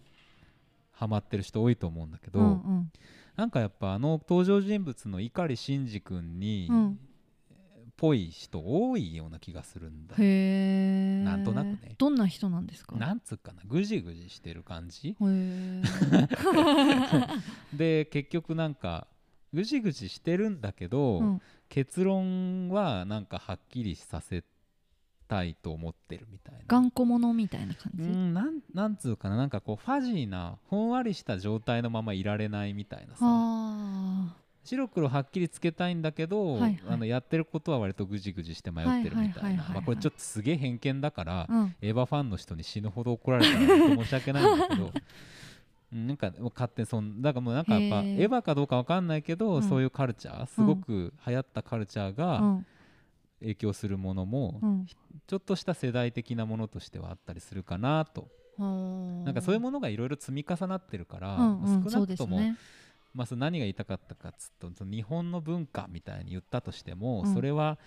Speaker 1: ハマってる人多いと思うんだけど、
Speaker 2: うんうん
Speaker 1: なんかやっぱあの登場人物の碇シンジ君に
Speaker 2: うん
Speaker 1: ぽい人多いような気がするんだ、
Speaker 2: へえ
Speaker 1: なんとなくね、ね
Speaker 2: どんな人なんですか
Speaker 1: なんつうかなぐじぐじしてる感じ
Speaker 2: へー
Speaker 1: で結局なんかぐじぐじしてるんだけど、
Speaker 2: うん
Speaker 1: 結論はなんかはっきりさせたいと思ってるみたいな。
Speaker 2: 頑固者みたいな感
Speaker 1: う
Speaker 2: じ、
Speaker 1: んなんなんつうかななんかこうファジーなほんわりした状態のままいられないみたいなさ
Speaker 2: あ
Speaker 1: 白黒はっきりつけたいんだけど、
Speaker 2: はいはい
Speaker 1: あのやってることは割とぐじぐじして迷ってるみた
Speaker 2: はいはいはい
Speaker 1: い
Speaker 2: はい
Speaker 1: な
Speaker 2: はい
Speaker 1: まあこれちょっとすげえ偏見だから
Speaker 2: あ、、うん、
Speaker 1: エヴァファンの人に死ぬほど怒られたら本当申し訳ないんだけ どうんなんかもう勝手にそんだからもうなんかやっぱ
Speaker 2: へ
Speaker 1: エ
Speaker 2: ー
Speaker 1: ヴァかどうかわかんないけど、
Speaker 2: うん
Speaker 1: そういうカルチャーすごく流行ったカルチャー
Speaker 2: う
Speaker 1: が
Speaker 2: ん
Speaker 1: 影響するものも、
Speaker 2: うん
Speaker 1: ちょっとした世代的なものとしてはあったりするかなと、
Speaker 2: な
Speaker 1: なんかそういうものがいろいろ積み重なってるから、
Speaker 2: うんうん
Speaker 1: まあ少
Speaker 2: そ
Speaker 1: な
Speaker 2: う
Speaker 1: く
Speaker 2: です
Speaker 1: とも、
Speaker 2: ね
Speaker 1: まあ、その何が言いたかったかっつうとその日本の文化みたいに言ったとしても、
Speaker 2: うん
Speaker 1: それは、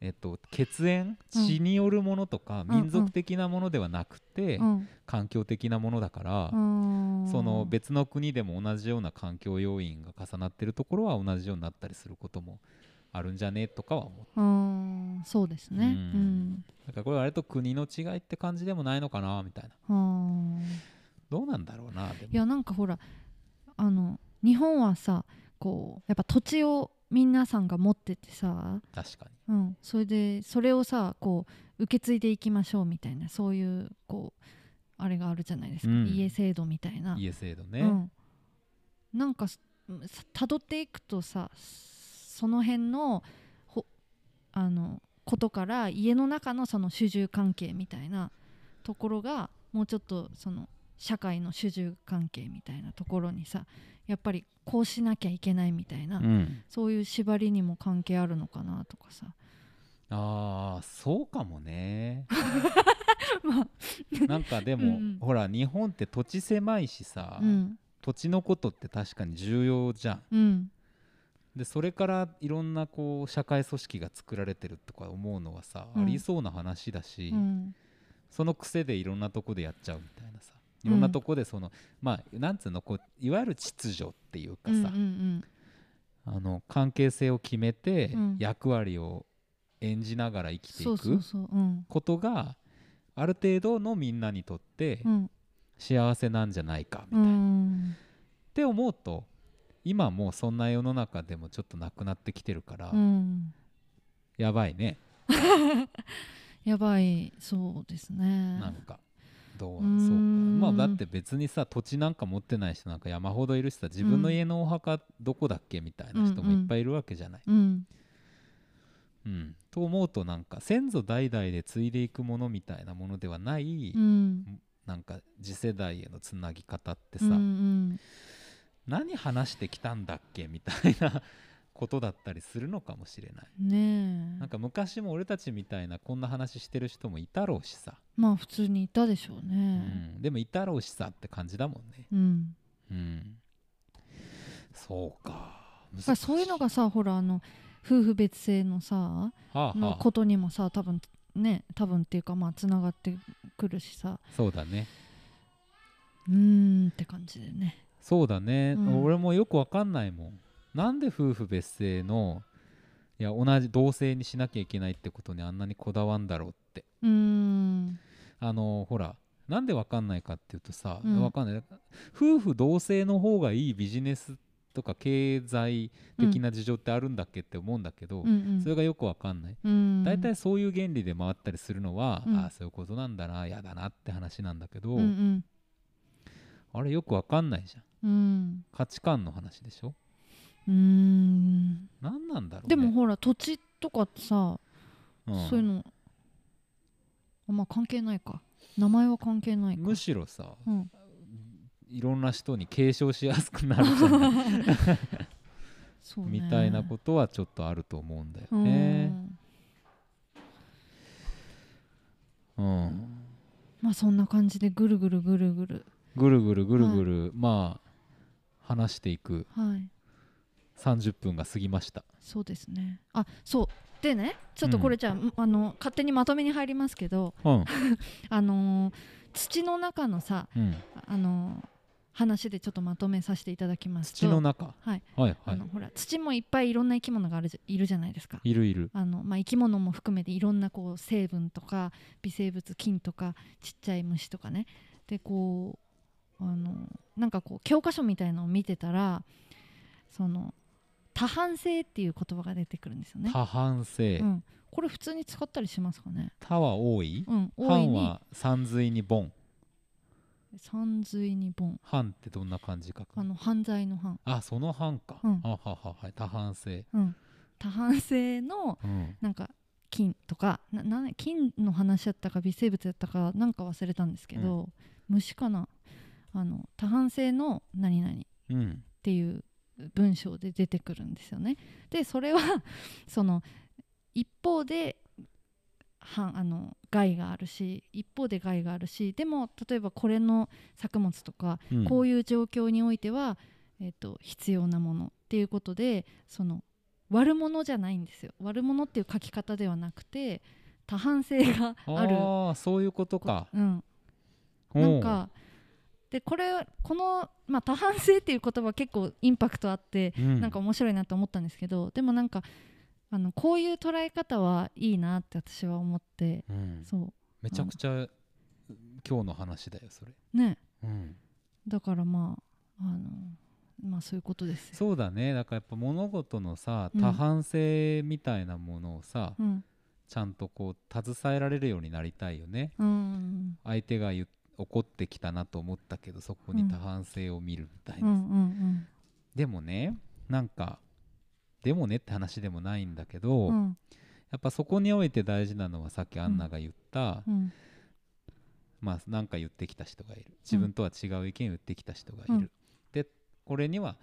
Speaker 1: えっと、血縁
Speaker 2: うん
Speaker 1: 血によるものとか、民族的なものではなくて、
Speaker 2: うん
Speaker 1: 環境的なものだから、
Speaker 2: うん
Speaker 1: その別の国でも同じような環境要因が重なってるところは同じようになったりすることもあるんじゃねとかは思う。
Speaker 2: うんそうですね
Speaker 1: うんなんかこれ割と国の違いって感じでもないのかなみたいな
Speaker 2: うんうん
Speaker 1: どうなんだろうなでも
Speaker 2: いやなんかほらあの日本はさこうやっぱ土地を皆さんが持っててさ、
Speaker 1: 確かに
Speaker 2: うん、それでそれをさこう受け継いでいきましょうみたいなそういうこうあれがあるじゃないですか、
Speaker 1: うん
Speaker 2: 家制度みたいな。
Speaker 1: 家制度ね、
Speaker 2: うん、なんかたどっていくとさその辺のほあのことから家の中のその主従関係みたいなところがもうちょっとその社会の主従関係みたいなところにさやっぱりこうしなきゃいけないみたいな、
Speaker 1: うん
Speaker 2: そういう縛りにも関係あるのかなとかさ
Speaker 1: あーそうかも ね
Speaker 2: まあ
Speaker 1: なんかでも
Speaker 2: うんうん
Speaker 1: ほら日本って土地狭いしさ、
Speaker 2: うん
Speaker 1: 土地のことって確かに重要じゃん
Speaker 2: うん
Speaker 1: でそれからいろんなこう社会組織が作られてるとか思うのはさ、
Speaker 2: うん
Speaker 1: ありそうな話だし、
Speaker 2: うん
Speaker 1: その癖でいろんなとこでやっちゃうみたいなさ
Speaker 2: う
Speaker 1: い
Speaker 2: ん
Speaker 1: ろんなとこでその、まあなんつうのこういわゆる秩序っていうか
Speaker 2: うんうんう
Speaker 1: さ、
Speaker 2: ん
Speaker 1: あの関係性を決めて
Speaker 2: うん
Speaker 1: 役割を演じながら生きてい
Speaker 2: そうそ
Speaker 1: く
Speaker 2: うそううん
Speaker 1: ことがある程度のみんなにとって
Speaker 2: うん
Speaker 1: 幸せなんじゃないかみ
Speaker 2: う
Speaker 1: たいな。っ
Speaker 2: ん
Speaker 1: て思うと今もうそんな世の中でもちょっとなくなってきてるから、
Speaker 2: うん
Speaker 1: やばいね
Speaker 2: やばいそうですね
Speaker 1: なんか。どう
Speaker 2: うーん
Speaker 1: そうかまあだって別にさ土地なんか持ってない人なんか山ほどいるしさ自分の家のお墓どこだっけみたいな人もいっぱいいるわけじゃない。
Speaker 2: うん
Speaker 1: うん、と思うとなんか先祖代々で継いでいくものみたいなものではない、
Speaker 2: うん
Speaker 1: なんか次世代へのつなぎ方ってさ、
Speaker 2: うんうん
Speaker 1: 何話してきたんだっけみたいなことだったりするのかもしれない。
Speaker 2: ねえ
Speaker 1: なんか昔も俺たちみたいなこんな話してる人もいたろうしさ、
Speaker 2: まあ普通にいたでしょう
Speaker 1: う
Speaker 2: ね
Speaker 1: ん、でもいたろうしさって感じだもんね。
Speaker 2: うん、
Speaker 1: うん、そうか
Speaker 2: だからそういうのがさほらあの夫婦別姓のさ
Speaker 1: はあ、
Speaker 2: の
Speaker 1: は
Speaker 2: こ
Speaker 1: あ、
Speaker 2: とにもさ多分ね多分っていうかまあつながってくるしさ
Speaker 1: そうだね
Speaker 2: うーんって感じでね
Speaker 1: そうだね、
Speaker 2: うん
Speaker 1: 俺もよくわかんないもんなんで夫婦別姓のいや同じ同姓にしなきゃいけないってことにあんなにこだわんだろうって
Speaker 2: うーん
Speaker 1: あのほらなんでわかんないかっていうとさ、
Speaker 2: うん
Speaker 1: わかんない夫婦同姓の方がいいビジネスとか経済的な事情ってあるんだっけって思うんだけど、
Speaker 2: うんうん
Speaker 1: それがよくわかんない
Speaker 2: うん
Speaker 1: 大体そういう原理で回ったりするのは、
Speaker 2: うん
Speaker 1: ああそういうことなんだなやだなって話なんだけど、
Speaker 2: うんうん
Speaker 1: あれよくわかんないじゃん
Speaker 2: うん
Speaker 1: 価値観の話でしょ
Speaker 2: うーん
Speaker 1: 何なんだろう、ね、
Speaker 2: でもほら土地とかってさ
Speaker 1: うん
Speaker 2: そういうのあまあ関係ないか名前は関係ないか
Speaker 1: むしろさ
Speaker 2: うん、
Speaker 1: いろんな人に継承しやすくな るじゃない
Speaker 2: そうね
Speaker 1: みたいなことはちょっとあると思うんだよ
Speaker 2: うん
Speaker 1: ね。うん
Speaker 2: まあそんな感じでぐるぐるぐるぐる
Speaker 1: ぐるぐるぐるぐる、まあ話していく
Speaker 2: はい
Speaker 1: 30分が過ぎました。
Speaker 2: そうですねあそうでねちょっとこれじゃあ,、あの勝手にまとめに入りますけど
Speaker 1: うん
Speaker 2: あのー土の中のさ
Speaker 1: うん
Speaker 2: あのー話でちょっとまとめさせていただきますと
Speaker 1: 土の中
Speaker 2: はい
Speaker 1: はいは
Speaker 2: あ
Speaker 1: い
Speaker 2: のほら土もいっぱいいろんな生き物があるじゃいるじゃないですか。
Speaker 1: いるいる
Speaker 2: あのまあ、生き物も含めていろんなこう成分とか微生物菌とかちっちゃい虫とかねでこうあのなんかこう教科書みたいのを見てたらその多半性っていう言葉が出てくるんですよね。
Speaker 1: 多半性、
Speaker 2: うん、これ普通に使ったりしますかね。
Speaker 1: 多は多い
Speaker 2: うん、大い
Speaker 1: 半
Speaker 2: に
Speaker 1: は三髄にボン
Speaker 2: 三髄に盆
Speaker 1: 半ってどんな感じか
Speaker 2: あの犯罪の犯、
Speaker 1: あその半か、
Speaker 2: うん
Speaker 1: あはははい多半性
Speaker 2: うん、多半性の
Speaker 1: うん
Speaker 2: なんか菌とかなな菌の話だったか微生物だったかなんか忘れたんですけど、虫かなあの多半性の何々っ
Speaker 1: うん
Speaker 2: ていう文章で出てくるんですよね。でそれは その一方ではあの害があるし一方で害があるしでも例えばこれの作物とか
Speaker 1: うん
Speaker 2: こういう状況においては、えっと必要なものっていうことでその悪者じゃないんですよ悪者っていう書き方ではなくて多半性があるこ
Speaker 1: ああそういうことか
Speaker 2: と、うん、
Speaker 1: う
Speaker 2: なんかでこれこの、まあ、多半性っていう言葉結構インパクトあって、
Speaker 1: うん
Speaker 2: なんか面白いなと思ったんですけどでもなんかあのこういう捉え方はいいなって私は思って
Speaker 1: うん
Speaker 2: そ
Speaker 1: めちゃくちゃ今日の話だよそれ、
Speaker 2: うね
Speaker 1: うん、
Speaker 2: だからまああのまあそういうことですよ。
Speaker 1: そうだねだからやっぱ物事のさ
Speaker 2: うん
Speaker 1: 多半性みたいなものをさ、
Speaker 2: うん
Speaker 1: ちゃんとこう携えられるようになりたいよね
Speaker 2: うんうん
Speaker 1: 相手が言っ怒ってきたなと思ったけどそこに多半性を見るみたい
Speaker 2: うんう
Speaker 1: な、
Speaker 2: んうん
Speaker 1: でもねなんかでもねって話でもないんだけど、
Speaker 2: う
Speaker 1: や
Speaker 2: ん
Speaker 1: っぱそこにおいて大事なのはさっきアンナが言った、
Speaker 2: うん
Speaker 1: まあ何か言ってきた人がいる自分とは違う意見を言ってきた人がいる、
Speaker 2: うん
Speaker 1: でこれには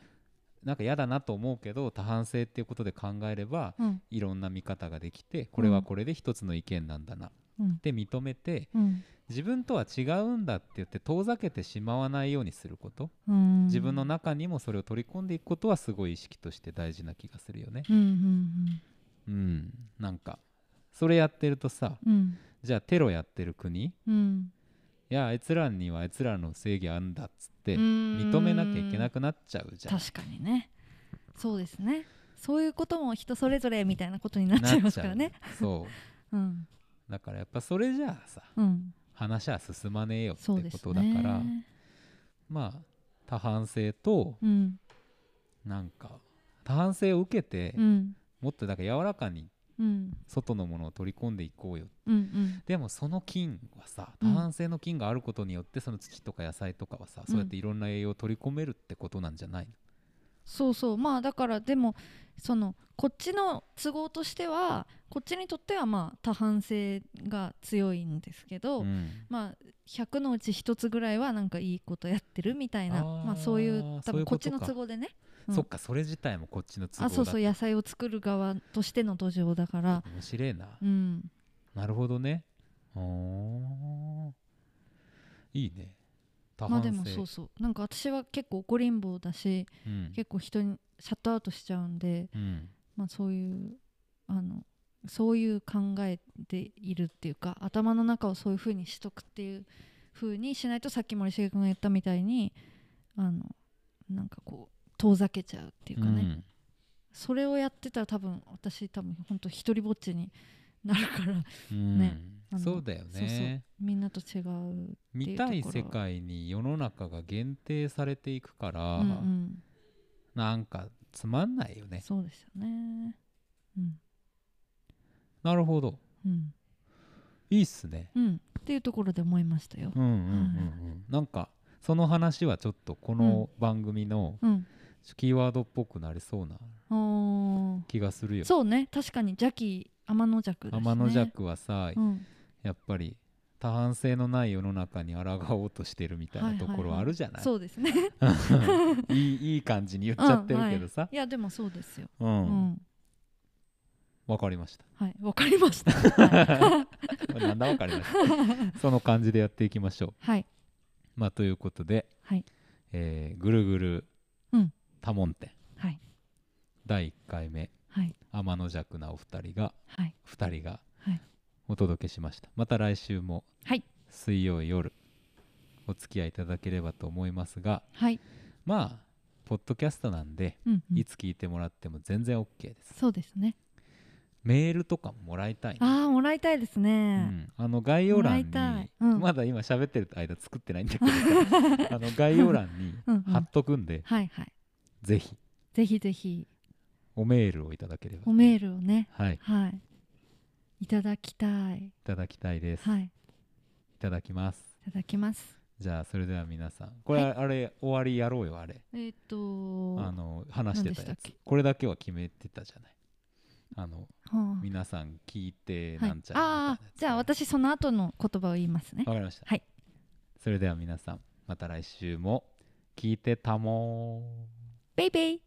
Speaker 1: なんか嫌だなと思うけど多半性っていうことで考えれば
Speaker 2: うん
Speaker 1: いろんな見方ができてこれはこれで一つの意見なんだなっ
Speaker 2: うん
Speaker 1: て認めて
Speaker 2: うん
Speaker 1: 自分とは違うんだって言って遠ざけてしまわないようにすること
Speaker 2: うん
Speaker 1: 自分の中にもそれを取り込んでいくことはすごい意識として大事な気がするよね。
Speaker 2: うんうん
Speaker 1: うん、なんかそれやってるとさ
Speaker 2: うんうん
Speaker 1: じゃあテロやってる国い
Speaker 2: うん
Speaker 1: やあいつらにはあいつらの正義あんだっつって認
Speaker 2: 認
Speaker 1: めなきゃいけなくなっちゃうじゃん。
Speaker 2: 確かにねそうですねそういうことも人それぞれみたいなことになっちゃいますからね
Speaker 1: なっちゃう。そ
Speaker 2: うん
Speaker 1: うだからやっぱそれじゃあさ
Speaker 2: うん
Speaker 1: 話は進まねえよって
Speaker 2: そうで
Speaker 1: こ
Speaker 2: す
Speaker 1: とだから、
Speaker 2: ね
Speaker 1: まあ多半性と
Speaker 2: うん
Speaker 1: なんか多半性を受けて、
Speaker 2: うん
Speaker 1: もっとだから柔らかに
Speaker 2: うん
Speaker 1: 外のものを取り込んでいこうよ
Speaker 2: うんうん
Speaker 1: でもその菌はさ
Speaker 2: う
Speaker 1: 多
Speaker 2: ん
Speaker 1: 半性の菌があることによってその土とか野菜とかはさ、そうやっていろんな栄養を取り込めるってことなんじゃないの、
Speaker 2: そうそうまあだからでもそのこっちの都合としてはこっちにとってはまあ多半性が強いんですけど、
Speaker 1: うん
Speaker 2: まあ、100のうち1つぐらいはなんかいいことやってるみたいな
Speaker 1: あー
Speaker 2: まあ、そういう多
Speaker 1: そうい
Speaker 2: 分
Speaker 1: う
Speaker 2: こ
Speaker 1: こ
Speaker 2: っち
Speaker 1: とか
Speaker 2: の都合でねうん
Speaker 1: そっかそれ自体もこっちの都合だ
Speaker 2: あそうそう
Speaker 1: 面
Speaker 2: 野菜を作る側としての土壌だから、
Speaker 1: 白いな、
Speaker 2: うん、
Speaker 1: なるほどねおーいいね多
Speaker 2: まあ
Speaker 1: 半性、
Speaker 2: でもそうそうなんか私は結構怒りん坊だし
Speaker 1: うん
Speaker 2: 結構人にシャットアウトしちゃうんで、
Speaker 1: うん
Speaker 2: まあ、そういうあのそういう考えでいるっていうか頭の中をそういう風にしとくっていう風にしないとさっき森重君が言ったみたいにあのなんかこう遠ざけちゃうっていうかね、
Speaker 1: うん
Speaker 2: それをやってたら多分私多分本当一人ぼっちになるから、
Speaker 1: うん
Speaker 2: ねあの
Speaker 1: そうだよね
Speaker 2: そうそうみんなと違う、
Speaker 1: 見たい世界に世の中が限定されていくから、
Speaker 2: うんうん、
Speaker 1: なんかつまんないよね
Speaker 2: そうですよね。うん
Speaker 1: なるほど
Speaker 2: うん
Speaker 1: いいっすね
Speaker 2: うん、っていうところで思いましたよ。
Speaker 1: うんうんうんうんなんかその話はちょっとこの番組の
Speaker 2: うん、
Speaker 1: キーワードっぽくなりそうな
Speaker 2: あ
Speaker 1: 気がする
Speaker 2: ー
Speaker 1: よ、
Speaker 2: そうね確かに邪気天の弱だしね
Speaker 1: 天の弱はさ、
Speaker 2: うん
Speaker 1: やっぱり多半性のない世の中に抗おうとしてるみたい
Speaker 2: は
Speaker 1: ない
Speaker 2: は
Speaker 1: と
Speaker 2: いはい
Speaker 1: ころあるじゃない,、
Speaker 2: そうです ね
Speaker 1: いいいい感じに言っちゃってるけどさ
Speaker 2: いやでもそうですよ
Speaker 1: うんわ
Speaker 2: う、ん
Speaker 1: かりました
Speaker 2: はいわかり ましたはい
Speaker 1: なんだわかりま したその感じでやっていきましょう
Speaker 2: はい
Speaker 1: まあということで、
Speaker 2: はい
Speaker 1: えーぐるぐる
Speaker 2: うん
Speaker 1: 多聞店
Speaker 2: はい
Speaker 1: 第1回目
Speaker 2: はい
Speaker 1: 天の弱なお二人が
Speaker 2: はい
Speaker 1: 二人が
Speaker 2: はい
Speaker 1: お届けしましたまた来週も
Speaker 2: はい
Speaker 1: 水曜夜お付き合いいただければと思いますが
Speaker 2: はい、
Speaker 1: まあポッドキャストなんで
Speaker 2: うんうん
Speaker 1: いつ聞いてもらっても全然 OK です、
Speaker 2: そうですね
Speaker 1: メールとかももらいたいな
Speaker 2: ああもらいたいで
Speaker 1: う
Speaker 2: すね、
Speaker 1: ん、あの概要欄に
Speaker 2: もらいたいうん
Speaker 1: まだ今喋ってる間作ってないんだけど さあの概要欄に
Speaker 2: うんうん
Speaker 1: 貼っとくんで、
Speaker 2: はいはい
Speaker 1: ぜひ
Speaker 2: ぜひぜひ
Speaker 1: おメールをいただければ
Speaker 2: おメールをね
Speaker 1: はいい
Speaker 2: はいいただきたい
Speaker 1: ただきたいです、い、
Speaker 2: はい
Speaker 1: ただきます
Speaker 2: いただきます
Speaker 1: じゃあそれでは皆さんこれ、
Speaker 2: は
Speaker 1: あれ終わりやろうよあれ
Speaker 2: えっ、と
Speaker 1: あの話してたや
Speaker 2: 何で
Speaker 1: つ
Speaker 2: したっけ
Speaker 1: これだけは決めてたじゃないあの
Speaker 2: はあ
Speaker 1: 皆さん聞いて
Speaker 2: はい
Speaker 1: なんちゃら
Speaker 2: ああ
Speaker 1: み
Speaker 2: じ
Speaker 1: たい
Speaker 2: ゃ
Speaker 1: な
Speaker 2: あ
Speaker 1: やつ
Speaker 2: 私その後の言葉を言いますね
Speaker 1: わかりました
Speaker 2: はい
Speaker 1: それでは皆さんまた来週も聞いてたもー
Speaker 2: ベイベイ